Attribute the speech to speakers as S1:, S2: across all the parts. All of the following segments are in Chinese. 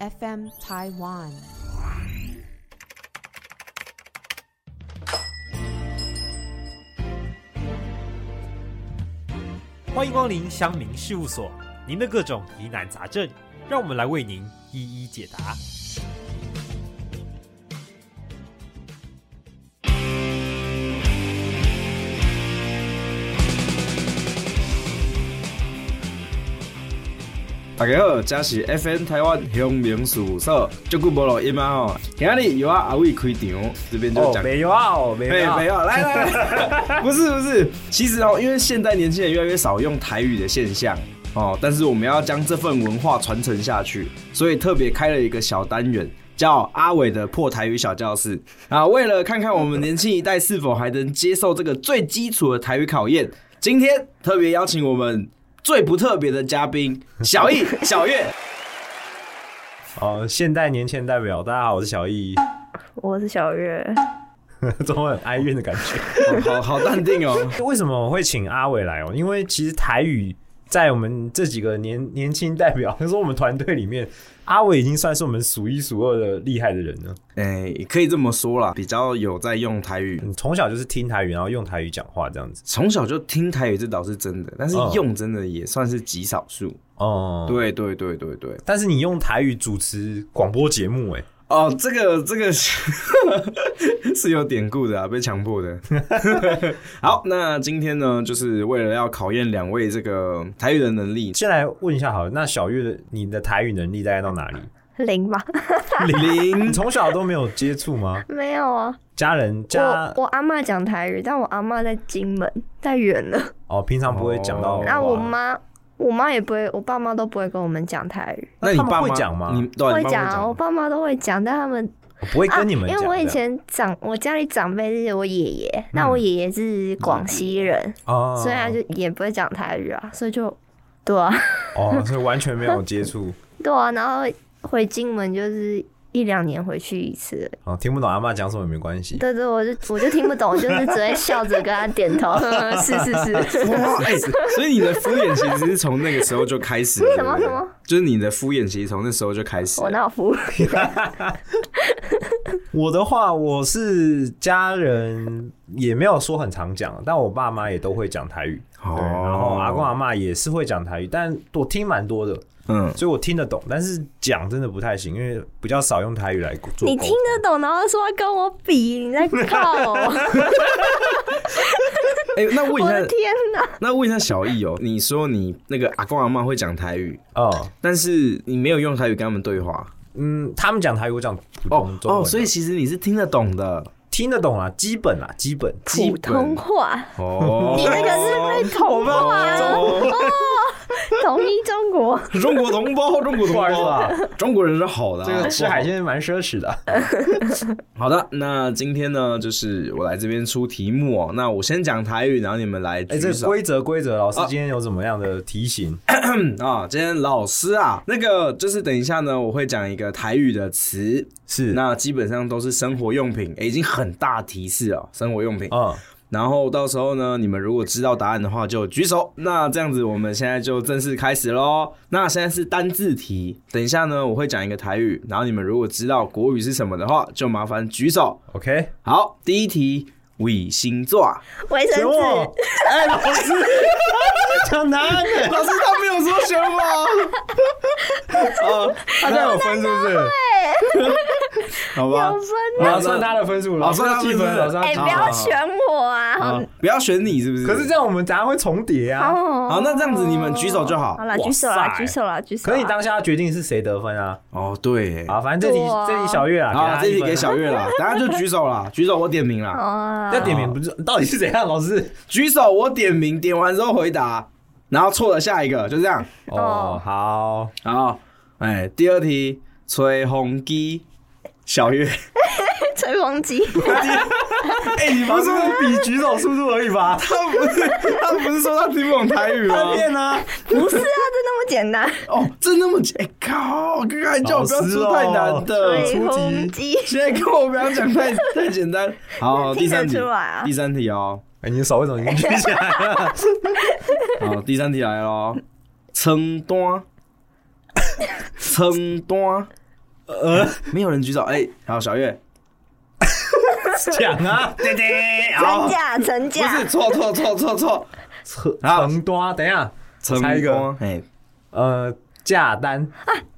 S1: FM Taiwan。
S2: 欢迎光临乡民事务所，您的各种疑难杂症，让我们来为您一一解答。
S3: 大家好，这是 FN 台湾乡民事务所，足久无录音啊吼，今日由我阿伟开场，这边就
S4: 哦，
S3: 讲。
S4: 没有啊，哦，没
S3: 没
S4: 有啊，
S3: 没有，来来来，不是不是，其实哦，因为现代年轻人越来越少用台语的现象哦，但是我们要将这份文化传承下去，所以特别开了一个小单元，叫阿伟的破台语小教室啊。为了看看我们年轻一代是否还能接受这个最基础的台语考验，今天特别邀请我们最不特别的嘉宾小易、小月。
S4: 哦，现代年轻人代表，大家好，我是小易，
S5: 我是小月，
S4: 怎么很哀怨的感觉？
S3: 哦好好淡定哦，
S4: 为什么我会请阿伟来哦？因为其实台语在我们这几个年年轻代表，就是我们团队里面，阿伟已经算是我们数一数二的厉害的人了。
S3: 哎、可以这么说啦，比较有在用台语
S4: 嗯从小就是听台语，然后用台语讲话这样子。
S3: 从小就听台语，这倒是真的，但是
S4: 嗯
S3: 用真的也算是极少数。
S4: 哦，。
S3: 对对对对对，
S4: 但是你用台语主持广播节目、哎，
S3: 哦，这个这个是是 有典故的啊，被强迫的。 好，那今天呢，就是为了要考验两位这个台语的能力
S4: ，先来问一下好了，那小月的你的台语能力大概到哪里？
S5: 零吧？
S4: 你
S3: 零
S4: 从小都没有接触吗？
S5: 没有啊，
S4: 家人家
S5: 我我阿妈讲台语，但我阿妈在金门，太远了。
S4: 哦，平常不会讲到
S3: 哦
S4: 话。
S5: 然啊后我妈，我妈也不会，我爸妈都不会跟我们讲台语。
S3: 那你
S4: 他们
S3: 爸
S4: 会
S3: 妈
S4: 讲吗
S3: 你对啊，
S5: 会
S3: 你爸妈
S5: 讲啊，我爸妈都会讲，但他们
S4: 我不会跟你们
S5: 啊，因
S4: 讲的、嗯
S5: 为我以前长，我家里长辈是我爷爷，那我爷爷是广西人，
S4: 哦，
S5: 所以他就也不会讲台语啊，所以就对啊，
S4: 哦，所以完全没有接触，
S5: 对啊，然后回金门就是一两年回去一次而已
S4: 哦，听不懂阿妈讲什么也没关系。
S5: 对对，我就我就听不懂，就是只会笑着跟他点头，呵呵是是 是。
S3: 哇，哎、所以你的敷衍其实是从那个时候就开始了，
S5: 什么
S3: 对不对
S5: 什么？
S3: 就是你的敷衍其实从那时候就开始了。
S5: 我哪有服务？
S4: 我的话，我是家人也没有说很常讲，但我爸妈也都会讲台语，
S3: 哦
S4: 对，然后阿公阿妈也是会讲台语，但我听蛮多的，
S3: 嗯，
S4: 所以我听得懂，但是讲真的不太行，因为比较少用台语来做。
S5: 你听得懂，然后说要跟我比，你在靠我！
S3: 哎、那问一
S5: 我的
S3: 下，
S5: 天哪！
S3: 那问一下小易哦，你说你那个阿公阿妈会讲台语，
S4: 哦，
S3: 但是你没有用台语跟他们对话
S4: 嗯，他们讲台语，我讲普
S3: 哦
S4: 通中文啊、
S3: 哦，所以其实你是听得懂的
S4: 听得懂啊，基本啊，基本。
S3: 基
S5: 普
S3: 本
S5: 通话，
S3: 哦。
S5: 你那个是被同化统一中国？
S3: 中国同胞，中国
S4: 不
S3: 同胞
S4: 好意
S3: 中国人是好的啊、
S4: 这个啊 吃海鲜蛮奢侈 的。
S3: 好的，那今天呢，就是我来这边出题目哦。那我先讲台语，然后你们来
S4: 哎、
S3: 举
S4: 这
S3: 手。
S4: 规则规则，老师
S3: 啊
S4: 今天有怎么样的提醒？
S3: 啊，今天老师啊，那个就是等一下呢，我会讲一个台语的词，
S4: 是
S3: 那基本上都是生活用品，诶已经很大提示了，生活用品。
S4: 嗯，
S3: 然后到时候呢，你们如果知道答案的话就举手。那这样子，我们现在就正式开始喽。那现在是单字题，等一下呢，我会讲一个台语，然后你们如果知道国语是什么的话，就麻烦举手。
S4: OK，
S3: 好，第一题， 尾星座。
S5: 卫生纸，
S4: 我， 哎，老师，讲答案耶，
S3: 老师他没有说选我，哦，
S4: 他这样有分是不是？
S3: 好吧
S5: 有，分
S4: 我要算他的分数，
S3: 老师
S4: 要
S3: 他
S4: 记
S3: 分
S4: 分，
S3: 数
S4: 老师要
S5: 哎，
S4: 记
S5: 不
S4: 分。
S5: 要选我啊！
S3: 好不要选你是不是？
S4: 可是这样我们答案会重叠啊。
S5: 哦，
S3: 好，那这样子你们举手就好
S5: 好。了，
S4: 哇
S5: 举手啦，
S4: 塞
S5: 举手啦，举手啦。
S4: 可以当下决定是谁得分啊？
S3: 哦，对耶，
S4: 啊，反正这题
S5: 对啊
S4: 这题小月啊，
S3: 好，这
S4: 给
S3: 题
S4: 他一分
S3: 给
S4: 啊。
S3: 小 月啦，等下就举手啦，举手我点名啦，
S5: 啊
S4: 要点名不是？到底是怎样？老师
S3: 举手我点名，点完之后回答，然后错了下一个，就这样。
S4: 哦，好，
S3: 好，哎，第二题，吹风机，小月，
S5: 吹风机，
S3: 哎， 你
S4: 不是比举手速度而已吧？
S3: 他不是他不是说他听不懂台语吗？
S4: 他变啊，
S5: 不是啊，就那么简单。
S3: 哦，真那么简？哎靠，刚刚叫我不要出太难
S4: 老师
S3: 的
S4: 哦。
S5: 吹风机，
S3: 现在跟我不要讲太太简 单。好，好第
S5: 听
S3: 三
S5: 得
S3: 题
S5: 出，来啊
S3: 第？三题哦，
S4: 哎，你的手为什么已经举起来了？
S3: 好，第 三题来喽，撑端，撑端，呃，没有人举手。哎，好，小月，
S4: 讲 啊，
S3: 对对，
S5: 成
S3: 好，
S5: 假成
S3: 不是
S5: 假，
S3: 错错错错错，
S4: 成
S3: 好
S4: 成多，等一下，猜一
S3: 成功
S4: 个，，
S3: 哎，
S4: 呃，价 单，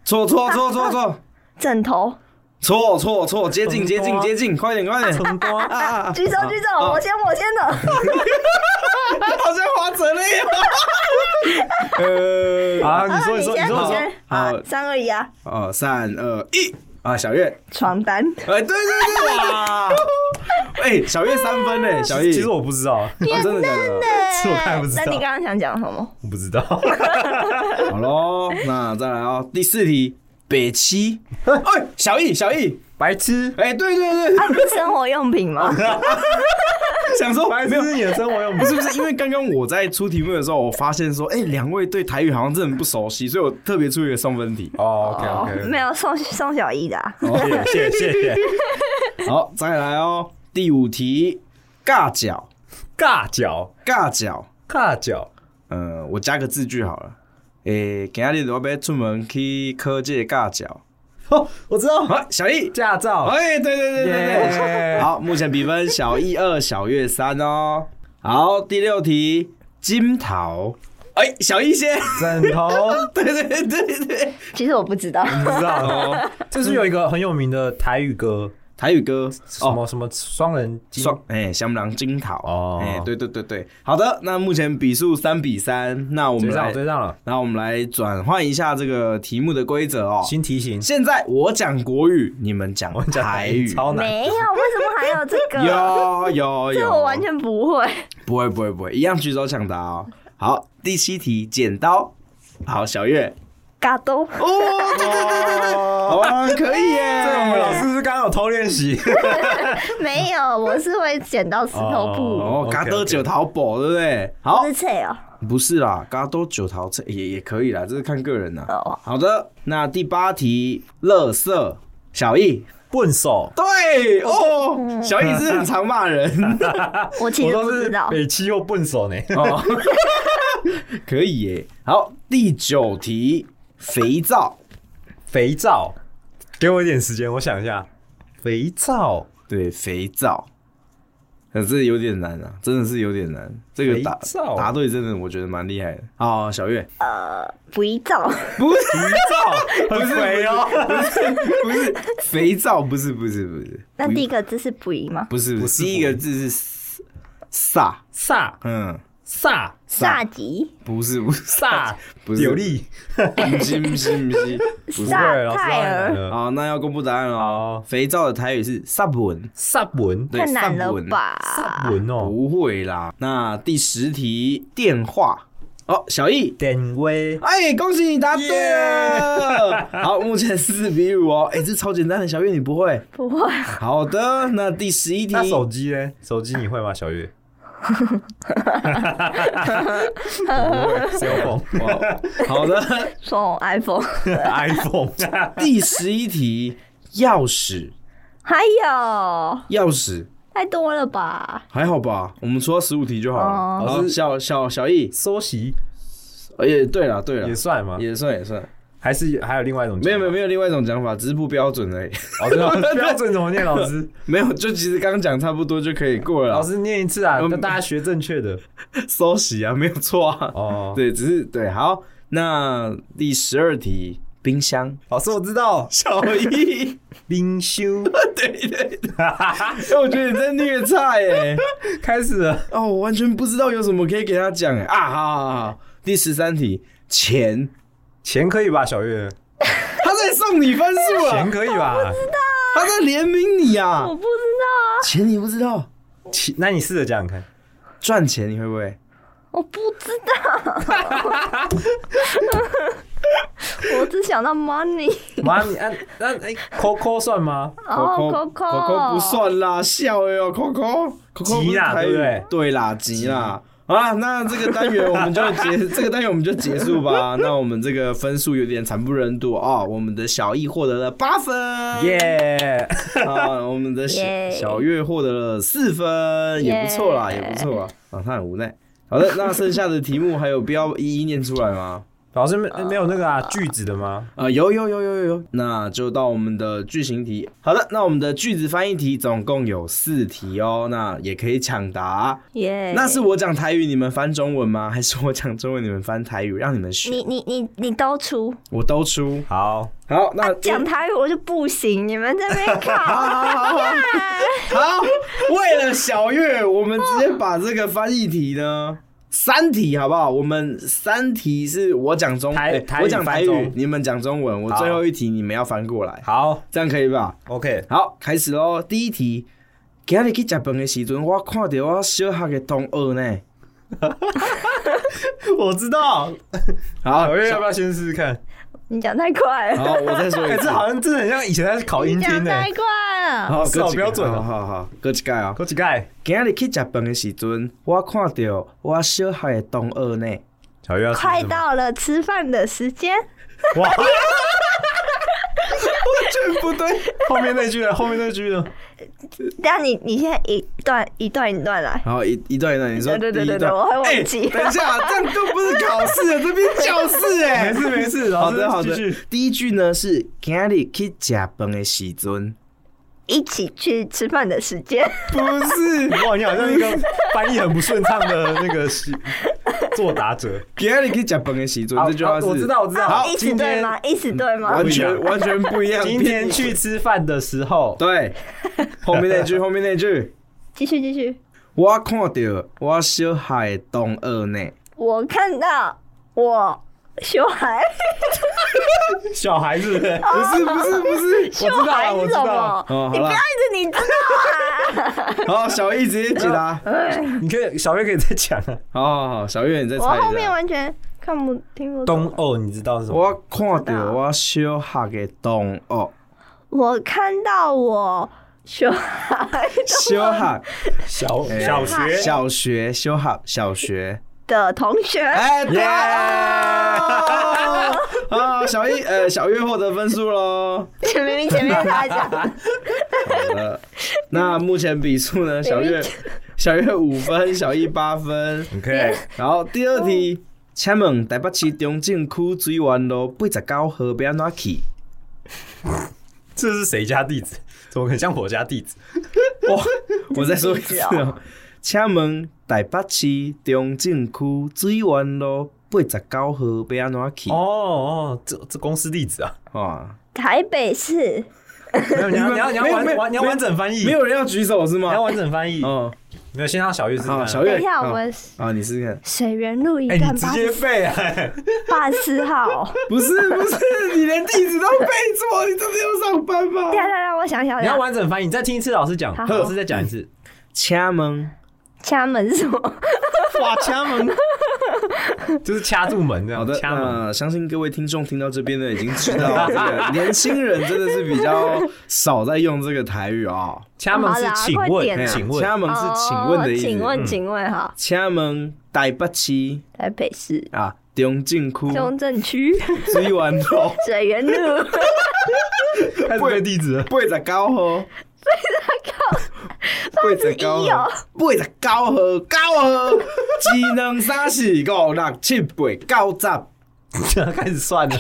S3: 错错错错错
S5: 枕头。
S3: 错错错，接近接近
S4: 成多
S3: 接近，快点快点，
S4: 成 多，
S3: 啊啊，啊
S5: 举手举手，
S3: 啊
S5: 我先我先的。
S3: 好像花泽 类啊。呃，
S4: 啊，你 说你说
S5: 先
S4: 你
S5: 我
S4: 说，
S5: 先啊
S3: 好，
S5: 三二一啊，
S3: 哦，三二一啊，小月，
S5: 床单。
S3: 哎，对对对，哇， 哎，小月三分呢，小月，
S4: 其实我不知道，
S3: 啊真的假的？
S4: 是我看不知
S5: 那
S4: 道
S5: 你刚刚想讲什么？
S4: 我不知道，
S3: 好喽，那再来哦，第四题，北七，哎，小易，小易，
S4: 白痴，
S3: 哎，对对
S5: 啊，
S3: 对，
S5: 不是生活用品吗？
S3: 想说
S4: 白
S3: 没有
S4: 痴，是你的生活用
S3: 不
S4: 品
S3: 是不是，因为刚刚我在出题目的时候，我发现说，哎、两位对台语好像真的不熟悉，所以我特别出一个送分题。
S4: 哦，OK 哦
S5: 哦
S4: OK，
S5: 没有送送小姨的啊。
S4: 谢谢谢谢，
S3: 好，再来哦，第五题，尬角，
S4: 尬脚
S3: 尬角，
S4: 尬脚，
S3: 呃，我加个字句好了。诶、今日我要出门去科技尬角。
S4: 哦，我知道，
S3: 好，小易，
S4: 驾照，
S3: 哎、对对对对对
S4: 耶
S3: 好，目前比分小易二，小月三哦。好，第六题，金桃。哎、小易先，
S4: 枕 头，
S3: 对对对对对，
S5: 其实我不知道，
S4: 不知道哦， 这是有一个很有名的台语歌，
S3: 台语歌
S4: 什
S3: 哦，
S4: 么什么双人金
S3: 双哎，香囊金桃
S4: 哦
S3: 哎，对对对对，好的，那目前比数三比三，那我
S4: 追
S3: 们
S4: 上
S3: 来
S4: 了，追上了，
S3: 那我们来转换一下这个题目的规则哦。
S4: 新题型，
S3: 现在我讲国语，你们讲
S4: 我讲
S3: 台语，
S4: 超难，
S5: 没有，为什么还有这个？
S3: 有有
S5: 这
S3: 有，
S5: 个我完全不会。
S3: 不会不会不会，一样举手抢答哦。好，第七题，剪刀。好，小月，
S5: 嘎咚，
S3: 哦，对对对对对，哦，可以耶，
S4: 这个我们老师是刚刚有偷练 习，
S5: 没有，我是会剪刀石头布。
S3: 哦，嘎多九桃宝，对不对？好
S5: 不，是菜哦，
S3: 不是啦，嘎多九桃这也也可以啦，这是看个人啦。
S5: 哦
S3: 好的，那第八题，乐色小易，
S4: 笨手，
S3: 对哦，小易是很常骂人
S5: 我其
S4: 我
S5: 实
S4: 都
S5: 不知
S4: 是
S5: 道。
S4: 北七又笨手呢，
S3: 哦，可以耶。好，第九题，肥皂，
S4: 肥皂， 给我一点时间，我想一下，肥皂，
S3: 对，肥皂。可是有点难啊，真的是有点难。这个答
S4: 肥皂
S3: 答对真的，我觉得蛮厉害的。好，小月，
S5: 呃，肥皂，
S3: 不是
S4: 肥皂，很肥哦，
S3: 不是肥皂，不是不是不是，
S5: 那第一个字是肥吗？
S3: 不是不
S4: 不
S3: 是
S4: 是
S3: 第一个字是飒，
S4: 飒
S3: 嗯，
S4: 飒
S5: 萨吉，
S3: 不是不是
S4: 飒
S3: 不是
S4: 有力，
S3: 不是不是不是不是。
S5: 飒
S4: 对，老师
S5: 泰
S4: 让
S5: 尔
S4: 你来了
S3: 好，那要公布答案了
S4: 好。
S3: 肥皂的台语是 subun，
S4: 飒文，
S3: 对
S5: 太难了？
S4: 飒
S5: 吧？
S4: 文哦，
S3: 不会啦。那第十题电话，哦，小易，
S4: 点位，
S3: 哎，恭喜你答对了。好，目前四比五 哦。哎，这超简单的，小月你不会。
S5: 不会，
S3: 好的，那第十一题，
S4: 那手机呢？手机你会吗，小 月？不会 c e l
S3: 哇好的，
S5: 送 iPhone，
S4: iPhone，
S3: 第十一题钥匙，
S5: 还有
S3: 钥匙。
S5: 太多了吧？
S3: 还好吧，我们出到十五题就好了。
S5: 哦
S3: 老师，小小小易，
S4: 收息
S3: 哎，对了对了，
S4: 也算吗？
S3: 也算也算，
S4: 还是还有另外一种讲法？
S3: 没有没有没有另外一种讲法，只是不标准而已。
S4: 哦，真的吗标准怎么念？老师，
S3: 没有，就其实刚讲差不多就可以过了啦。
S4: 老师念一次啊，
S3: 嗯
S4: 让大家学正确的。
S3: 收洗啊，没有错 啊。
S4: 哦，
S3: 对，只是对好。那第十二题，冰 箱，哎
S4: 老师我知道，
S3: 小易，
S4: 冰修
S3: 对对对，哎我觉得你在虐菜 耶。
S4: 开始了，
S3: 哦，我完全不知道有什么可以给他讲哎啊！好好好，第十三题，钱，
S4: 钱可以吧，小月？
S3: 他在送你分数
S4: 钱
S3: 啊，
S4: 可以吧？
S3: 他在怜悯你啊。
S5: 我不知
S3: 钱你不知道，
S4: 钱，那你试着讲讲看。
S3: 赚钱你会不会？
S5: 道啊，我不知道， 我只想到 money。
S4: 妈，你按那哎，Coco 算吗？
S5: 哦
S3: Coco- Coco 不算啦，笑哎呦，Coco Coco
S4: 急啦
S3: 不是台语
S4: 对不对
S3: 对啦，急啦。啊，那这个单元我们就 结，这个单元我们就结束吧。那我们这个分数有点惨不忍睹哦，我们的小易获得了八分，
S5: 嗯
S4: 耶！
S3: 啊，我们的小
S5: Yeah
S3: 小月获得了四分，也不错啦，
S5: Yeah
S3: 也不错啦。啊，他很无奈。好的，那剩下的题目还有必要一一念出来吗？
S4: 老师没没有那个啊句子的吗？
S3: 啊、有有有有有有，那就到我们的句型题。好的，那我们的句子翻译题总共有四题哦，那也可以抢答。
S5: 耶、
S3: 那是我讲台语，你们翻中文吗？还是我讲中文，你们翻台语，让你们选？
S5: 你你你你都出，
S3: 我都出。
S4: 好，
S3: 好，那
S5: 啊讲
S3: 好
S5: 台语我就不行，你们在那边
S3: 好
S5: 靠。
S3: 好好好， 好为了小月，我们直接把这个翻译题呢。三题好不好？我们三题是我讲中，
S4: 台
S3: 哎
S4: 台语
S3: 我讲台
S4: 翻
S3: 语
S4: 中，
S3: 你们讲中文，我最
S4: 好
S3: 后一题你们要翻过来，
S4: 好
S3: 这样可以吧？
S4: ，OK，
S3: 好，开始喽。第一题，今日去食饭的时阵，我看到我小学的同学呢。
S4: 我知道。
S3: 好，
S4: 小月要
S3: 小
S4: 不要先试试看？
S5: 你讲太快了，
S3: 好，我再说一
S4: 哎，
S3: 次。
S4: 这好像真的很像以前在考音
S5: 你讲
S4: 听呢。
S5: 太快了。
S3: 好，
S4: 是好
S3: 搁一个
S4: 标准哦
S3: 好好好，搁一届哦。
S4: 口乞丐，
S3: 今日去食饭的时阵，我看到我小学的同学呢。
S4: 小月要吃
S5: 快
S4: 什么
S5: 到了吃饭的时间，
S4: 哇！完全不对， 后面那句呢？后面那句呢？啊
S5: 但你你现在一段一段一段来。
S3: 好，一一段一段，你说
S5: 对对对
S3: 第一
S5: 对
S3: 段
S5: 对我会忘
S3: 哎
S5: 记
S3: 等一下，这样都不是考试了，这边教室哎。
S4: 没事没事，老
S3: 好
S4: 师
S3: 的好
S4: 继
S3: 的
S4: 续。，
S3: 第一句呢是今日去食饭的时阵，
S5: 一起去吃饭的时间，
S4: 不是，哇，你好像一个翻译很不顺畅的那个是作答者。
S3: 今日去食饭的时阵，这句话是
S4: 好我知道，我知道
S3: 好。
S5: 意思对吗？意思对
S4: 嗯
S5: 吗？
S3: 完全完全不一样。
S4: 今天去吃饭的时候，
S3: 对，后面那 句，后面那句，
S5: 继续继续，
S3: 我看到我小孩的同学呢，
S5: 我看到我小 孩，
S4: 小孩 子
S3: 不是
S4: 哦
S3: 不是不是，
S4: 我
S5: 小
S4: 知道啊
S5: 孩
S4: 了，我
S5: 是
S4: 知
S5: 什
S4: 道
S5: 么？
S3: 哦，
S5: 你
S3: 好
S5: 不要
S3: 了，
S5: 一直你知道啊！
S3: 好，小易直接解答，
S4: 了。你可以，小月可以再讲啊。
S3: 好好好，小月你再
S5: 我
S3: 猜
S5: 后
S3: 一
S5: 面
S3: 下。
S5: 完全看不听不
S4: 东
S5: 懂。
S4: 欧，你知道是什么？
S3: 我看到我小孩的同学，
S5: 我看到我小孩
S3: 小孩
S4: 小小学
S3: 小学小孩小学，
S5: 的同学，
S3: 哎对哦。啊，小易，呃，小月获得分数喽。
S5: 明明前面他讲，
S3: 好的，那目前比数
S5: 哎
S3: 呢？小月，小月五分，小易八分。
S4: ，OK，
S3: 然后第二
S5: 哦
S3: 题，请问台北市中正区水源路八十九号要安怎去？
S4: 这是谁家地址？怎么很像我家地址？
S3: 我再说一次
S5: 这是
S3: 哦，请问台北市中正区水源路八十九号要安怎去？
S4: 哦哦，这这公司地址啊。
S3: 啊，
S5: 台北市
S4: 没有，你要你要你要
S3: 没有
S4: 完
S3: 没有
S4: 完你要
S3: 没有
S4: 完整翻译，
S3: 没有人要举手是
S4: 你
S3: 吗
S4: 要？完整翻译。
S3: 哦，
S4: 没有，先让小月试试看
S3: 好，
S4: 啊。
S3: 小
S5: 等
S3: 月
S5: 一，下，
S3: 好
S5: 我们
S3: 啊，你试试看。
S5: 水源路一
S4: 哎，
S5: 段
S4: 你直
S5: 八
S4: 接
S5: 十
S4: 背哎，
S5: 八十 四号。
S3: 不是不是，你连地址都背错，你真的要上班吗
S5: 等一？下，等一下，我想 想
S4: 你要
S5: 想，
S4: 完整翻译，你再听一次老师讲，
S5: 好
S4: 老师再讲一 次。
S3: 请问
S5: 掐门是什么？
S4: 哇，掐门， 就是掐住门这
S3: 好啊
S4: 样
S3: 的，，嗯
S4: 掐门。
S3: 那相信各位听众听到这边呢，已经知 道这个年轻人真的是比较少在用这个台语啊、哎
S4: 掐门
S5: 好
S4: 是
S5: 啦
S4: 请
S5: 快
S4: 问，
S5: 点啊啦
S4: 请
S3: 请
S4: 问，
S3: 问是请问的意
S5: 哦
S3: 思。
S5: 请问，
S4: 嗯
S5: 请问哈，
S3: 请问台北市
S5: 台北市
S3: 啊，中正区
S5: 中正区
S3: 水源 路
S5: 水 源路，
S4: 开始背地址 了。
S3: 八十九号。八十九
S5: 81
S3: 号
S5: 哦，
S3: 八十九号，九号，一两三四五六七八九十，
S4: 开始算 了，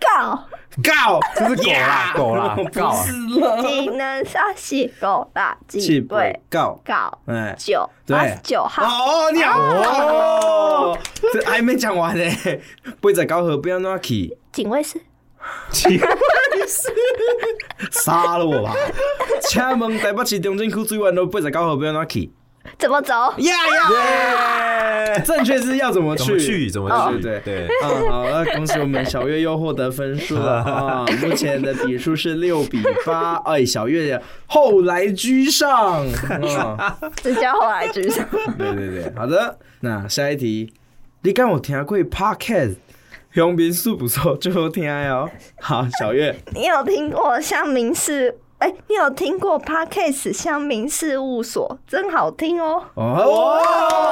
S5: 告
S3: 九，
S4: 这是狗啦，狗啦，告啊
S5: 技能杀死狗啦，
S3: 七
S5: 几
S3: 八
S5: 位
S3: 九，
S5: 告
S3: 哎，
S5: 九
S3: 对
S5: 八十九号，
S3: 哦，你好哦，这还没讲完呢，八十九号不要乱去，
S5: 警卫室
S4: 请
S3: 杀了我吧！请问台北市中正区水湾路八十九号不要乱去，
S5: 怎么走？
S3: 呀呀！
S5: 哎
S4: 耶
S3: 正确是要怎么
S4: 怎么
S3: 去？
S4: 去？怎么
S3: 哦
S4: 去？
S3: 对
S4: 对，
S3: 嗯，好，那恭喜我们小月又获得分数 了啊！目前的比数是六比八，哎，小月后来居上。 嗯，
S5: 这叫后来举 手。
S3: 对对对，好的，那下一题，你敢有听过 Podcast？雄民素不错，最好听的 哦。好，小月，
S5: 你有听过乡民事？哎，你有听过 Podcast 乡民事务所？真好听哦！
S3: 哦，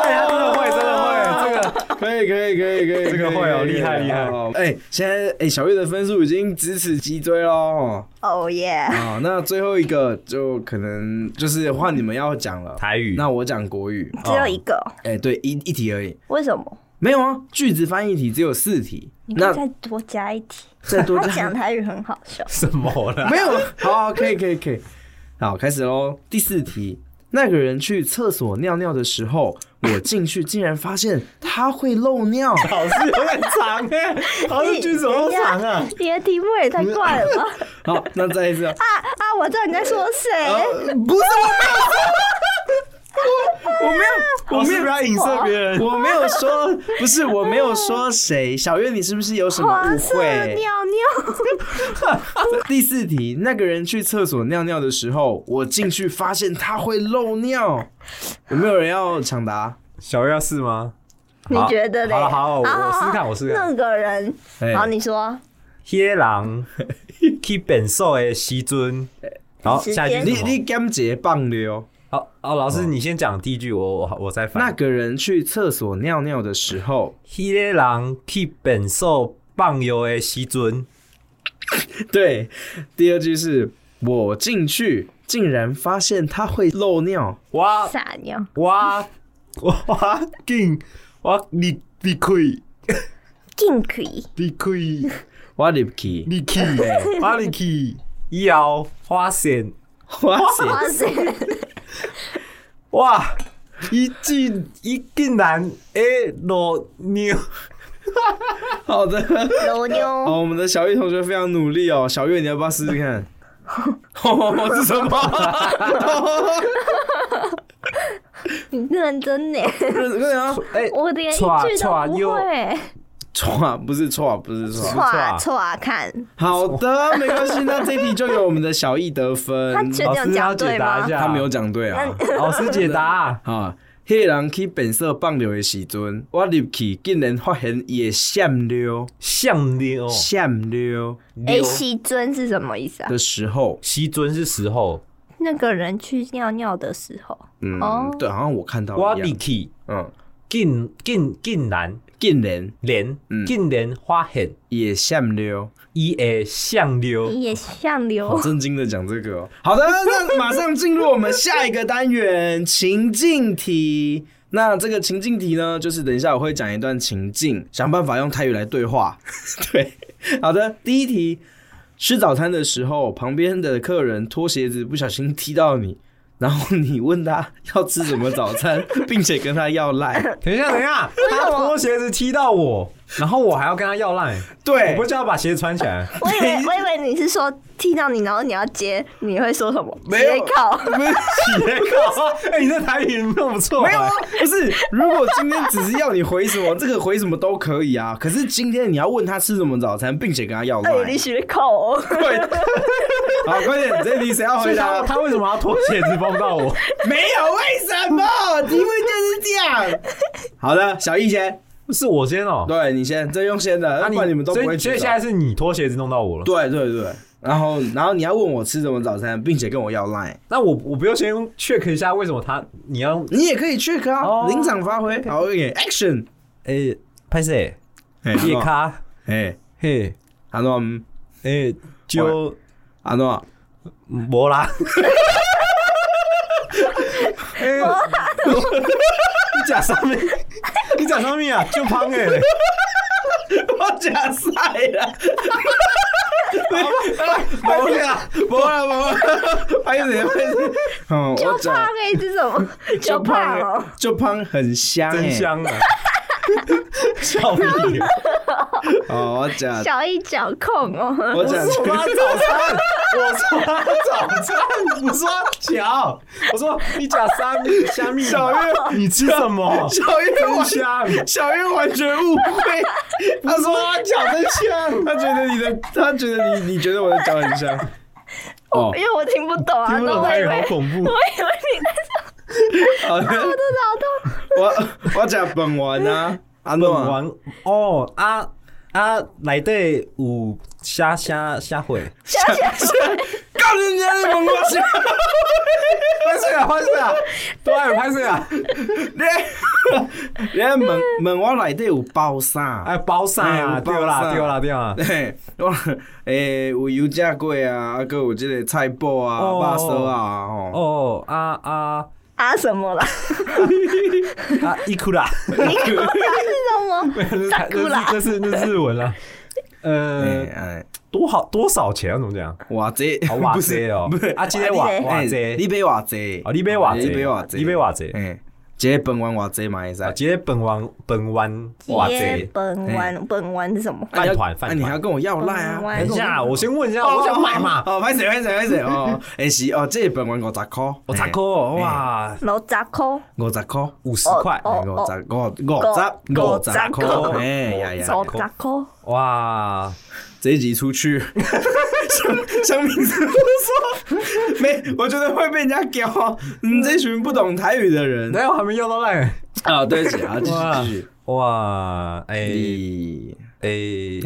S4: 哎他真的会真的
S3: 会，这个可以，可以，可以，可以，
S4: 这个会哦
S3: 可以
S4: 厉害厉害
S3: 哦哎，现在哎，小月的分数已经咫尺脊椎喽。
S5: 哦耶！
S3: 啊，那最后一个就可能就是换你们要讲了，
S4: 台语
S3: 那我讲国语。哦
S5: 只有一个，
S3: 哎，对，一一题而已。
S5: 为什么？
S3: 没有啊，句子翻译题只有四题，
S5: 你可
S3: 那
S5: 以再多加一题。
S3: 再多
S5: 他
S3: 加
S5: 讲台语很好笑，
S4: 什么啦？
S3: 没有，好，可以，可以，可以，好，开始喽。第四题，那个人去厕所尿尿的时候，我进去竟然发现他会漏 尿。
S4: 考试有点长哎、欸，考试句子好长啊。
S5: 你的题目也太怪了 吧！
S3: 好，那再一次啊，
S5: 啊，我知道你在说谁，
S3: 呃不是我没有说，我
S4: 我
S3: 没
S4: 是不
S3: 有，我没有。
S4: 要影射别人。
S3: 我没有说，不是我没有说谁。小月，你是不是有什么
S5: 黄
S3: 误
S5: 色
S3: 会？
S5: 尿尿，
S3: 第四题，那个人去厕所尿尿的时候，我进去发现他会漏尿。有没有人要抢答？
S4: 小月要试吗？
S5: 你觉得嘞？
S4: 好好我我试试看
S5: 好
S4: 我试试看
S5: 那个人，
S3: 哎
S5: 好，你说，
S4: 黑狼 去本寿的时阵，好，
S5: 时间
S4: 下一
S3: 你
S4: 句是什么
S3: 你甘杰棒溜。
S4: 好好，老
S5: 哦
S4: 师你先讲第一句，我我我再翻。
S3: 那个人去厕所尿尿的时候，
S4: 黑狼去本寿放油的时阵，
S3: 对，第二句是我进去竟然发现他会漏尿。
S4: 我
S5: 撒尿，
S4: 我 我我进我离离开
S5: 进去，
S4: 离开
S3: What if key？
S4: 离去， 我离去以后发现
S3: 哇塞，
S5: 哇塞，
S4: 哇，伊竟伊竟然会落尿。
S3: 好的，
S5: 罗妞，
S4: 哦
S3: 好，我们的小月同学非常努力哦。小月，你要不要试试看？ 哦，是什 么？
S5: 你认 真呢？
S3: 为什么？
S4: 哎、
S5: 我连一
S4: 唰
S5: 句都
S4: 唰
S5: 不
S4: 又
S5: 会，
S3: 啊错，啊不是错，不是错。啊
S5: 唰唰看，
S3: 好的，没关系，那这一题就由我们的小易得分
S5: 他。觉
S4: 老师
S5: 得这样
S4: 要
S5: 讲
S4: 解
S5: 对
S4: 答一
S5: 吗？
S4: 下，
S3: 他没有讲对啊。
S4: 老师解答啊、
S3: 啊，迄个人去本色放尿的时阵，我入去竟然发现伊的闪尿、
S4: 像溜
S3: 闪尿
S5: 哎，
S4: 溜
S5: 西尊是什么意思啊？
S3: 的时候，
S4: 西尊是时候，
S5: 那个人去尿尿的时候，
S3: 嗯，
S5: 哦
S3: 对，好像我看到
S4: 我
S3: 一
S4: 力
S3: 样，
S4: 气
S3: 嗯，
S4: 竟竟竟然
S3: 竟然
S4: 连
S3: 嗯
S4: 竟然发现
S3: 也闪尿，
S4: 伊的像溜，
S5: 你也像流
S3: 好，震惊的讲这个、哦。好的，那马上进入我们下一个单元情境题。那这个情境题呢，就是等一下我会讲一段情境，想办法用泰语来对话。对，好的，第一题，吃早餐的时候，旁边的客人脱鞋子不小心踢到你，然后你问他要吃什么早餐，并且跟他要 赖。
S4: 等一下等一下，
S5: 哎
S4: 他脱鞋子踢到我，然后我还要跟他要烂，我
S3: 对
S4: 不，叫他把鞋子穿起 来，
S5: 我以为我以为你是说踢到你，然后你要接，你会说什么？
S3: 没有
S5: 接 靠，
S4: 鞋靠，哎，你这台语弄不错，
S3: 没有啊，不是。如果今天只是要你回什么，这个回什么都可以啊。可是今天你要问他吃什么早餐，并且跟他要赖。
S5: 哎，你学靠哦，
S3: 对， 好，快点，这题谁要
S4: 所
S3: 回
S4: 以他
S3: 答？
S4: 他为什么要脱鞋子碰到我？
S3: 没有，为什么？题目就是这样。好的，小易先，
S4: 是我先哦，
S3: 对你先，这用先的，
S4: 那
S3: 要不然你们都不
S4: 啊所
S3: 会
S4: 以
S3: 举
S4: 所
S3: 手
S4: 以现在是你脱鞋子弄到我了，
S3: 对对对，然后然后你要问我吃什么早餐，并且跟我要 line，
S4: 那我我不用先 check 一下为什么他你要
S3: 你也可以 check 啊，
S4: 哦
S3: 临场发挥。好，OK，Action。
S4: 诶拍谁？
S3: 哎
S4: 叶，卡
S3: 哎，
S4: 嘿
S3: 阿诺，嗯
S4: 诶就
S3: 阿诺，
S4: 无啦。诶，你讲啥物？你讲啥物啊？就胖诶，
S3: 我假赛了，
S4: 无啦，
S3: 没了没了， 拍谁拍谁？嗯，我
S5: 就胖
S3: 假
S5: 哎，这是什 么？就胖哦，
S3: 就胖很香，欸
S4: 真。香啊！笑屁！
S3: 哦，我假
S5: 小一脚控哦，
S3: 我讲
S4: 我说他早餐，我说他早餐，我说脚，我说你讲啥物？虾米？
S3: 小月，
S4: 你吃什么？
S3: 小月
S4: 真
S3: 完
S4: 香！
S3: 小月完全误会，他说他脚很像， 他觉得你的，他觉得你，你觉得我的脚很 像。哦
S5: 因，为我听不懂啊，
S4: 听不懂
S5: 那我
S4: 台
S5: 以
S4: 语好
S5: 为
S4: 恐怖
S5: 我。以为你在
S3: 好的，
S5: 脑
S3: 我我讲本丸啊，阿诺
S4: 本
S3: 啊，
S4: 王哦啊啊，内底有虾虾虾 会，
S5: 想想
S3: 告诉人家你本丸 是，
S4: 拍水啊拍水啊，都爱拍水啊！
S3: 你人家门门我内底有包啥？
S4: 哎，包伞
S3: 哎
S4: 啊，
S3: 包
S4: 对啦
S3: 伞
S4: 对啦对啦，
S3: 嘿，我诶有油炸粿啊，啊个有这个菜脯啊、
S4: 哦
S3: 肉丝啊，吼，
S4: 哦啊啊
S5: 啊什么啦？
S4: 啊，伊库啦，
S5: 你搞啥是什么
S4: 那是那是那是日文啦。呃
S3: 哎，哎，
S4: 多好多少钱啊？怎么讲？
S3: 哇这
S4: 好哇
S3: 不
S4: 塞
S3: 是
S4: 哦，
S3: 不是
S4: 啊，今天哇
S5: 哎
S4: 哇
S3: 哎
S4: 塞，
S3: 你买哇这
S4: 哦，你买哇
S3: 你
S4: 塞，
S3: 买哇这，
S4: 你买哇塞，
S3: 哎，这本玩哇这嘛会使
S4: 啊，。今天本湾本湾哇
S5: 接
S4: 塞，
S5: 本
S3: 哎
S5: 丸，本丸是什么？
S4: 饭团
S3: 那
S4: 饭
S3: 你还
S4: 团。
S3: 要跟我要赖啊
S5: 嗯？我还
S4: 等一下，我先问一下，
S3: 哦
S4: 我想买嘛。
S3: 哦，拍谁拍谁拍谁哦，哎是哦，这本玩五十块，
S4: 我咋扣？哇，
S5: 楼扎扣，
S3: 五十块，
S4: 五十块，
S5: 哦
S3: 哎五十五五
S5: 五
S3: 十
S5: 五
S3: 五
S5: 十
S3: 十
S5: 块
S3: 块，哎呀呀
S5: 楼
S3: 呀，
S5: 扎扣，
S4: 哇，
S3: 这一集 出去，香香明是不说，没，我觉得会被人家屌啊，你这群不懂台语的人
S4: 等一下我还没要到 烂。
S3: 啊，对不起啊，继
S4: 哇
S3: 续继
S4: 哇，
S3: 续，
S4: 哎
S3: 你
S4: 哎，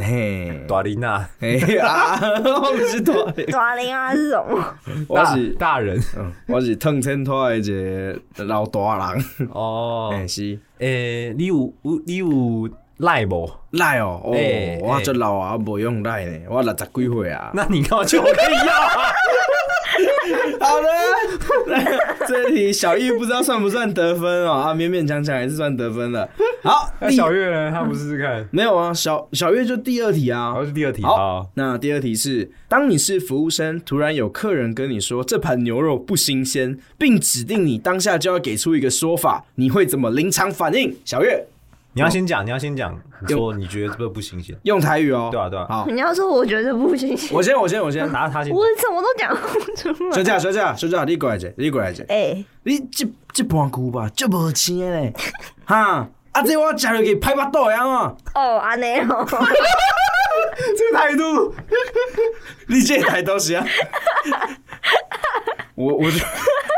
S3: 嘿，
S4: 朵琳娜，
S3: 哎啊， 我不是大，
S5: 抓零啊是什么？
S3: 我
S4: 大
S3: 是。
S4: 大人
S3: 嗯，我是烫衬拖的一个老大人，
S4: 哦
S3: 哎、。是。
S4: 诶，哎你有有你有赖不？
S3: 赖哦，哦，
S4: 欸
S3: 我
S4: 欸
S3: 足老啊，无用赖呢，我六十几岁啊。
S4: 那你告诉我可以 要啊？
S3: 好的，这题小玉不知道算不算得分哦，啊，勉勉强强还是算得分了。好，
S4: 那
S3: 第
S4: 小月呢？她不试试看？
S3: 没有啊，小小月就第二题啊
S4: 然后。是第二题啊
S3: 好，，那第二题是：当你是服务生，突然有客人跟你说这盘牛肉不新鲜，并指定你当下就要给出一个说法，你会怎么临场反应？小月
S4: 你要先讲，你要先讲，你说你觉得这个不新鲜，
S3: 用台语哦。
S4: 对啊对啊
S3: 好，
S5: 你要说我觉得不行，
S3: 我先，我先，我先。
S4: 拿他先
S5: 我什么都讲不出
S3: 休
S5: 来。
S3: 假，休假，休假，你过来者，你过来者。
S5: 哎，
S3: 你这这盘牛吧，足无青的 嘞，哈！啊，这我食落去歹巴肚的啊！
S5: 哦，安内 哦，
S3: 这个态度， 你这态度是啊？ 我我就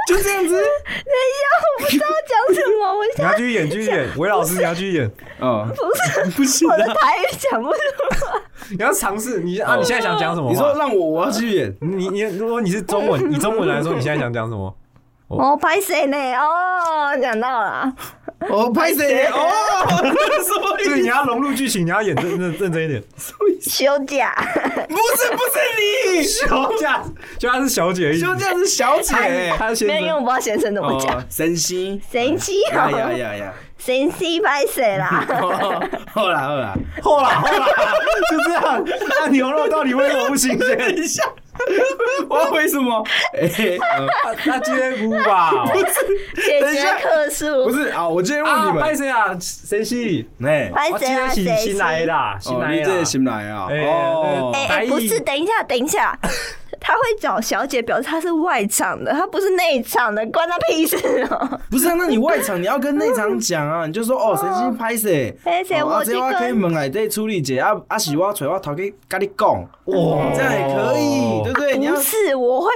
S3: 就这样子，
S5: 我不知道讲什么，我
S4: 你
S5: 现
S4: 要
S5: 在
S4: 继续演，继续演，韦老师你要继续演，
S3: 哦，
S5: 不
S3: 不
S5: 是
S3: 行
S5: 我
S3: 啊！哦
S5: 的台语讲不出来。
S4: 你要尝试，你啊，你现在想讲什么话？
S3: 你说让我我要去演，
S4: 你你如果你是中文，你中文来说，你现在想讲什 么？
S5: 哦，拍谁呢？哦，讲到了啊，
S3: 我拍 谁？哦，所
S4: 对，
S3: 以
S4: 你要融入剧情，你要演认认认真一点。
S5: 休 假，
S3: 不是不是你，
S4: 休假，就她是小 姐而已，
S3: 就这样子，小姐，
S4: 她
S5: 没有，
S4: 先
S5: 因为我
S4: 生
S5: 不知道先生怎么讲
S3: 哦。，神仙，
S5: 神奇
S3: 呀呀
S5: 哦，
S3: 呀呀！
S5: 神奇拍谁啦？
S3: 哦好啦好啦，
S4: 后啦后啦，就这样。那牛肉到底为什么不新鲜？
S3: 等一下，我要回什么？哎、呃
S4: 那今天啊不吧？
S5: 解
S3: 等一
S5: 决
S3: 下
S5: 客数
S3: 不。是啊，我今天问
S4: 啊，
S3: 你
S4: 拍
S3: 们，
S4: 谁啊？谁是？
S3: 哎、
S5: 拍
S4: 我今天
S5: 谁啦？
S4: 是
S5: 谁
S4: 新来的啦，新
S3: 哦，
S4: 来
S3: 你
S4: 的
S3: 这
S4: 啦
S3: 个。心来啊，
S4: 哎
S3: 哦，
S5: 哎、
S4: 白
S5: 哎不
S4: 衣
S5: 是，等一下，等一下，他会找小姐，表示他是外场的，他不是内场的，关他屁事哦、
S3: 不是啊，那你外场你要跟内场讲啊，你就说哦，神经拍摄，
S5: 拍摄
S3: 哦
S5: 我
S3: 啊这
S5: 这
S3: 我
S5: 个
S3: 可以问来对处理姐，啊啊是我找我头去跟你讲，
S4: 哇
S3: 这样也可
S4: 哦
S3: 以，对不对？你要
S5: 不是，我会，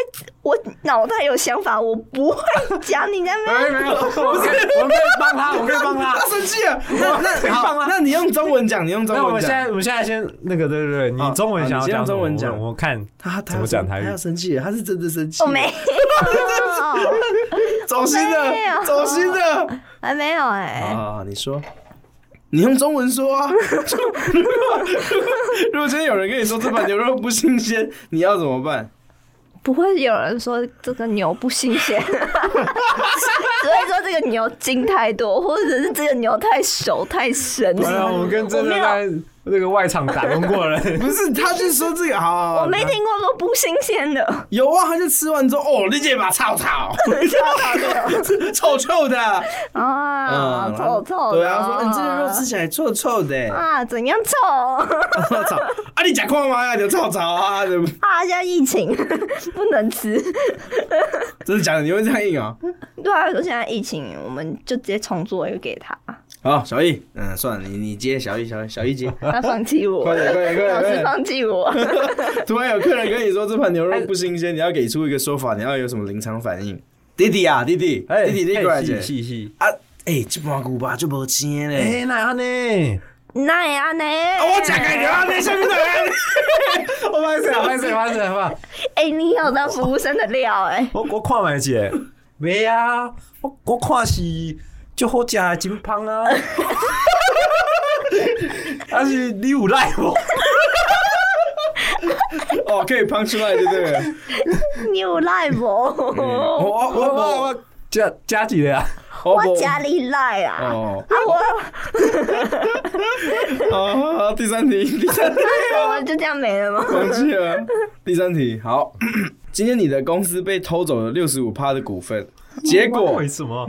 S5: 我脑袋有想法，我不会讲你在 那
S4: 没有
S5: 边。
S4: 没有， 不是，我们可以帮他，我们可以帮他
S3: 哎他。生气了，那那
S4: 棒
S3: 好
S4: 啊，
S3: 那你用中文讲，你用中
S4: 那我
S3: 文
S4: 们现在，
S3: 讲，
S4: 我们现在先那个，对对对，
S3: 啊
S4: 你中文想要
S3: 啊你先
S4: 讲什
S3: 用
S4: 么
S3: 中文讲
S4: 我我看
S3: 他他
S4: 怎么讲台
S3: 他
S4: 语
S3: 要。生气了，他是真的生气，
S5: 我没 有，
S3: 走心
S5: 我
S3: 的
S5: 没有，
S3: 走心的。
S5: 还没有哎、
S3: 啊，你说，你用中文说啊。 如果如果真的有人跟你说这盘牛肉不新鲜，你要怎么办？
S5: 不会有人说这个牛不新鲜， 只会说这个牛筋太多，或者是这个牛太熟太深。
S4: 完
S3: 啊
S4: 了，啊我们跟真
S5: 我
S4: 的
S5: 没有
S4: 在那个外场打工过了。
S3: 不是，他就说这个好，
S5: 我没听过说不新鲜的。
S3: 有啊，他就吃完之后，哦，你这把臭臭，臭臭的，
S5: 啊，
S3: 嗯
S5: 臭臭的，
S3: 对啊，说嗯，这个肉吃起来臭臭的，
S5: 啊，怎样臭
S3: 我操，啊，你讲看嘛，有臭臭啊，对不
S5: 啊？现在疫情 不能吃，
S3: 真的假的？你会这样硬啊？
S5: 对啊，说现在疫情，我们就直接重做一个给他，
S3: 好，小易，嗯，算了，你你接小易，小易，小易接。
S5: 他放弃我，
S3: 快点快点快点
S5: 老
S3: 快
S5: 师
S3: 点
S5: 放弃我，
S3: 突然有客人跟你说这盘牛肉不新鲜，你要给出一个说法，你要有什么临场反应？弟弟啊，弟弟，
S4: 哎
S3: 弟弟，你过来姐
S4: 是是。
S3: 啊！哎，这盘牛肉就无青嘞。
S4: 哎，那安 呢？
S5: 那也安呢？
S3: 啊我吃开牛啊，你什么人？
S4: 我拍谁？拍谁？拍谁？拍谁？
S5: 哎，你有当服务生的料哎，
S4: 我我看麦姐，没啊，我我看是就好食的金芳 啊，但是你有赖我，
S3: 哦，可以 punch line 就对了。
S5: 你有赖我，
S3: 我我
S4: 我
S3: 我
S4: 我我加加几个啊？
S3: 哦
S5: 我家里来啊，
S3: 哦
S5: 啊 我
S3: 啊！第三题，第三题，
S5: 我们就这样没了吗？
S3: 忘记了。第三题，好， 今天你的公司被偷走了六十五趴的股份，结果
S2: 为什么？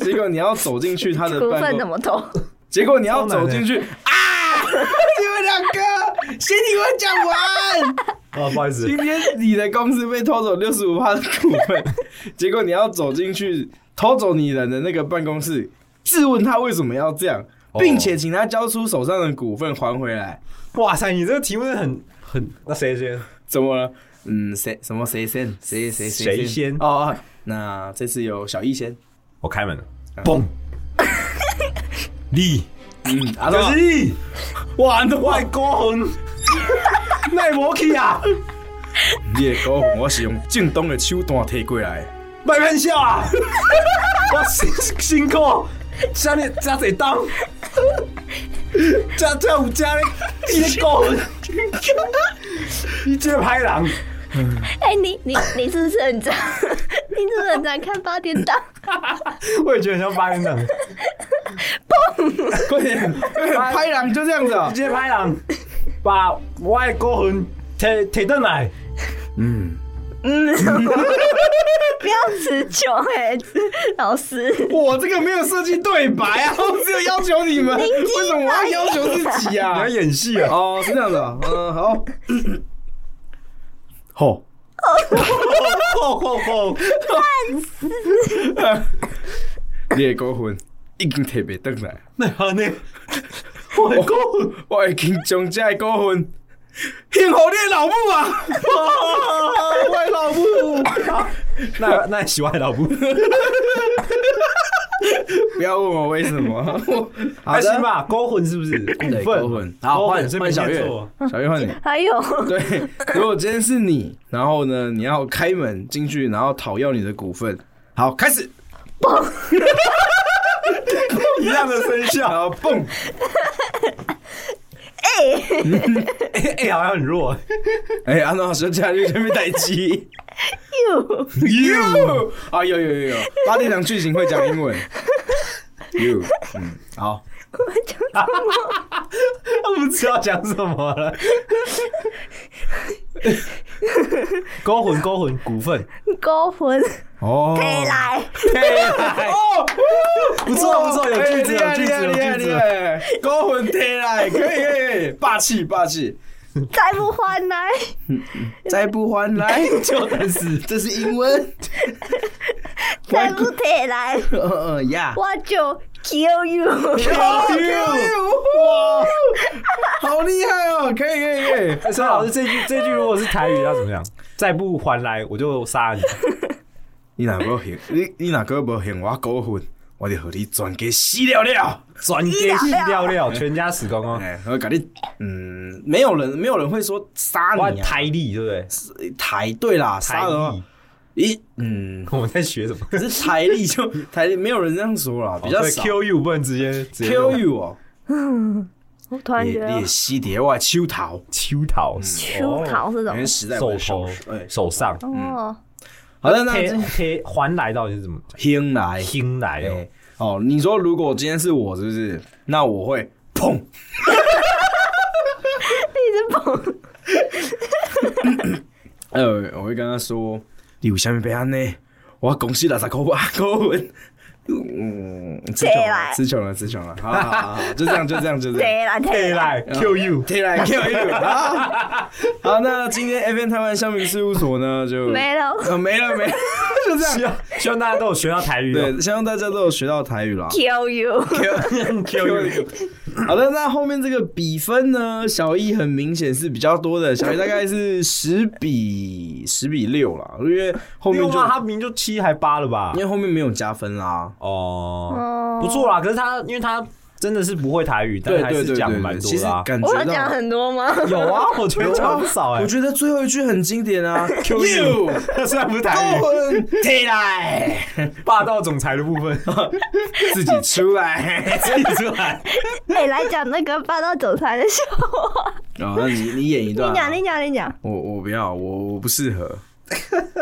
S3: 结果你要走进去他的
S5: 股
S3: 办
S5: 份
S3: 公
S5: 怎么投？
S3: 结果你要走进去啊！ 你们两个，先你们讲完。
S4: 啊，不好意思
S3: 今，天你的公司被偷走六十五趴的股份， 结果你要走进去偷走你人的那个办公室，质问他为什么要这样，
S4: 哦
S3: 并且请他交出手上的股份还回来。
S4: 哇塞，你这个题目真的很很，那谁先？
S3: 怎么了？嗯，谁什么谁先？谁谁
S4: 谁先
S3: 哦，哦那这次由小易先。
S4: 我开门了， 嘣！你
S3: 嗯，阿
S4: 可是你，
S3: 哇，你
S4: 我的高 雄，奈无去啊，
S3: 的高红我是用正当的手段摕 过来的。
S4: 卖骗笑 啊！我辛辛苦，遮你遮侪当，遮遮有遮咧，你咧高 雄，你这个歹人，
S5: 哎、你你你是不是 很脏？你是不是很常看八点档？
S4: 我也觉得很像啊八点档，
S3: 快点，快点拍狼就这样子啊
S4: 你！这个歹人把我的高雄摕摕倒来。
S5: 嗯 不要持久哎、老师，
S3: 我这个没有设计对白啊， 我只有要求你们，为什么我要要求自己啊？
S4: 演戏啊！
S3: 哦，是这样的，嗯，好。吼，
S4: 吼吼吼！
S3: 你的高魂已经摕袂转来，
S4: 那好呢？ 我的高魂，
S3: 我已经将这个高魂献给你的老母啊！
S4: 我的老母。 那那喜欢老母？
S3: 不要问我为什么。 好
S4: 还行
S3: 的，
S4: 吧，高魂是不 是？股
S3: 对，
S4: 份，
S3: 高魂，好，
S4: 勾
S3: 换
S4: 魂是没
S3: 换小月
S4: 念错，
S3: 小月换你。
S5: 还有
S3: 对，如果今天是你，然后呢，你要开门进去，然后讨要你的股份。好，开始，
S4: 一样的生
S3: 然
S4: 肖。
S3: 后蹦，
S4: 哎哎，好像很弱。
S3: 哎、安诺小姐你这边待机
S5: you，
S3: ，you 啊，有有 有有，八点档剧情会讲英文，you，嗯，好，
S5: 我讲
S4: 他不知道讲什么了。 勾魂勾魂股份，
S5: 勾魂
S3: 哦，
S5: 飞来，
S3: 哦，哎
S4: 不错不错，有句子有句子有
S3: 厉
S4: 句
S3: 害厉
S4: 子。
S3: 害，勾魂贴来，可以可以，霸气霸气，
S5: 再不还来，
S3: 再不还来，
S4: 就等死，
S3: 这是 英文，
S5: 再不退来，
S3: 呃呀。
S5: 我就 kill you。
S4: Oh，
S3: Q U，哇，好厉害哦！可以可以可以，
S4: 所以哎老师这句这句如果是台语要怎么样？再不还来我就杀你。
S3: 你若无行，你你若个无行，我狗混，我就和你全家死了了。
S4: 转给洗掉料，全家死光光。
S3: 哎，我感觉，嗯，没有人没有人会说杀
S4: 哇，
S3: 你啊，
S4: 台历对不对？
S3: 台对啦，杀
S4: 台
S3: 的话
S4: 历，，
S3: 咦，嗯，
S4: 我们在学什么？
S3: 可是台历就台历，没有人这样说啦，比较
S4: 对
S3: 少。
S4: Q U 不能直接直接
S3: Q U 哦，
S5: 我突然
S3: 你
S5: 觉
S3: 你
S5: 得
S3: 也吸碟外秋桃，
S4: 秋桃
S5: 秋桃是什
S3: 因为
S5: 么？
S3: 时代
S4: 手
S3: 不
S4: 头
S3: 对，
S4: 手上
S3: 嗯
S5: 哦，
S3: 好的，那
S4: 贴
S3: 这
S4: 贴还来到底是怎么讲？
S3: 兴来
S4: 听来哦
S3: 哎，哦，你说如果今天是我，是不是？那我会砰，
S5: 一直捧
S3: 呃，我会跟他说，你有啥物要安呢？我公司六十块八高文，嗯，词穷
S5: 对
S3: 了
S5: 啦，
S3: 词穷了，词穷了，好好好好，就这样，就这样，就这样。
S5: 退来退
S4: 贴
S5: 来，
S3: 哎
S4: 来 Q U
S3: 贴来 Q 一好，好，那今天 FM 台湾乡民事务所呢，就
S5: 没了
S3: 呃，没了，没了，就这
S4: 希
S3: 样。
S4: 望希望大家都有学到台语哦。
S3: 对，希望大家都有学到台语啦。
S5: kill you。
S4: Q U
S3: 好的，那后面这个比分呢？小易很明显是比较多的，小易大概是十比十比六啦，因为后面
S4: 六
S3: 就
S4: 吗？他明就七还八了吧
S3: 因？为后面没有加分啦。
S4: 哦，
S5: 哦
S4: 不错啦。可是他因为他真的是不会台语，但
S3: 对
S4: 还
S3: 对
S4: 是
S3: 对
S4: 讲
S3: 对
S4: 得蛮
S3: 对，
S4: 多
S3: 其实
S4: 的啊。
S3: 感
S5: 我
S3: 觉
S5: 有讲
S3: 到。
S5: 很多吗？
S4: 有啊，我 觉得讲不少哎
S3: 我。觉得最后一句很经典啊
S4: Q
S3: You
S4: 虽然不是台语，
S3: 魂起来，
S4: 霸道总裁的部分
S3: 自己出来。
S4: 自己出来。
S5: 哎、来讲那个霸道总裁的笑话。
S4: 哦
S3: 然后你你演一段
S5: 你
S3: 啊，
S5: 讲，你讲，你讲。
S3: 我我不要，我我不适合。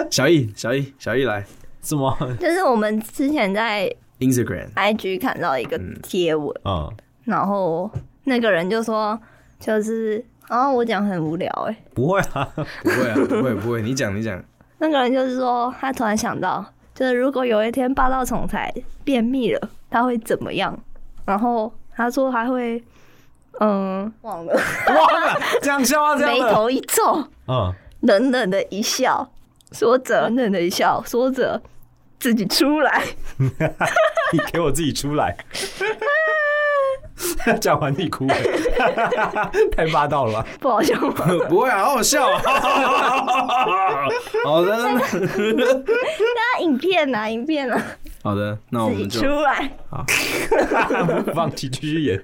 S3: 小易，小易，小易来，
S4: 什么？
S5: 就是我们之前在
S3: Instagram，
S5: IG 看到一个贴文，
S4: 嗯，
S5: 然后那个人就说，就是啊、我讲很无聊哎、
S4: 不会啊，
S3: 不会啊，不会不会，你讲你讲，
S5: 那个人就是说，他突然想到，就是如果有一天霸道总裁便秘了，他会怎么样？然后他说他会，嗯，忘了，
S4: 忘了这样笑啊，这样
S5: 眉
S4: 的，
S5: 头一皱，
S4: 嗯，
S5: 冷冷的一笑，说着冷冷的一笑，说着自己出来，
S4: 你给我自己出来。 讲完你哭了， 太霸道了吧？
S5: 不好笑吗？
S3: 不会啊，好好笑啊， 好的
S5: 那影片啊，影片啊，
S3: 好的，那我
S5: 自己
S3: 们就
S5: 出来，
S4: 不放弃继续演，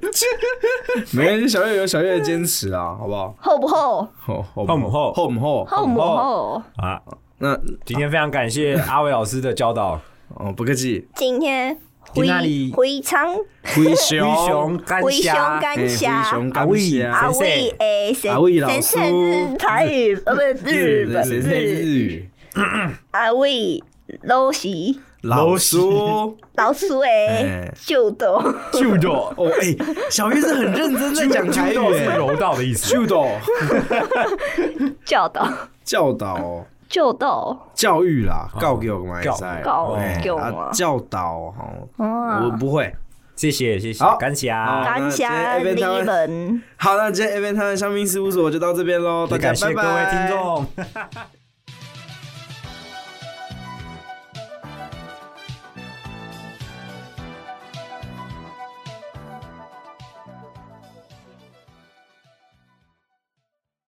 S3: 没关系，小月有小月的坚持啊，好不好？
S5: 厚不厚？
S3: 后后
S4: 后母后
S3: 后母后，
S5: 厚不厚？
S4: 啊！
S3: 那
S4: 今天非常感谢阿伟老师的教导，
S3: 哦不客气，
S5: 今天
S4: 今
S5: 回
S4: 天哪里
S5: 回常
S3: 灰熊
S4: 英雄干
S5: 回熊
S4: 虾，
S5: 干
S3: 哎
S5: 侠。
S3: 灰熊
S4: 阿
S3: 感
S4: 威
S3: 谢
S5: 阿
S4: 啊
S5: 伟哎诶，谁
S3: 阿伟老
S5: 谁
S3: 师
S5: 是日台语呃不日本
S3: 谁在日语？
S5: 阿伟老师
S3: 老叔，
S5: 老鼠诶
S3: 哎，
S5: 就斗
S4: 就斗
S3: 哦哎，小月是很认真在讲台语
S4: 是
S3: 哎，
S4: 柔道的意思，
S3: 秀斗
S5: 教导
S3: 教导
S5: 就哦斗
S3: 教育啦，告给我嘛，
S4: 教
S3: 哎
S5: 告
S3: 哎
S5: 给我嗯
S3: 啊教导哦，我
S5: 哇，
S3: 不会。
S4: 谢谢谢谢
S3: 好，
S4: 感谢
S3: 好
S4: 啊，
S5: 感谢你们。
S3: 好，那今天 A v e n t 的香槟事务所就到这边喽，大
S4: 也
S3: 家
S4: 感谢
S3: 拜
S4: 各位
S3: 拜
S4: 听众。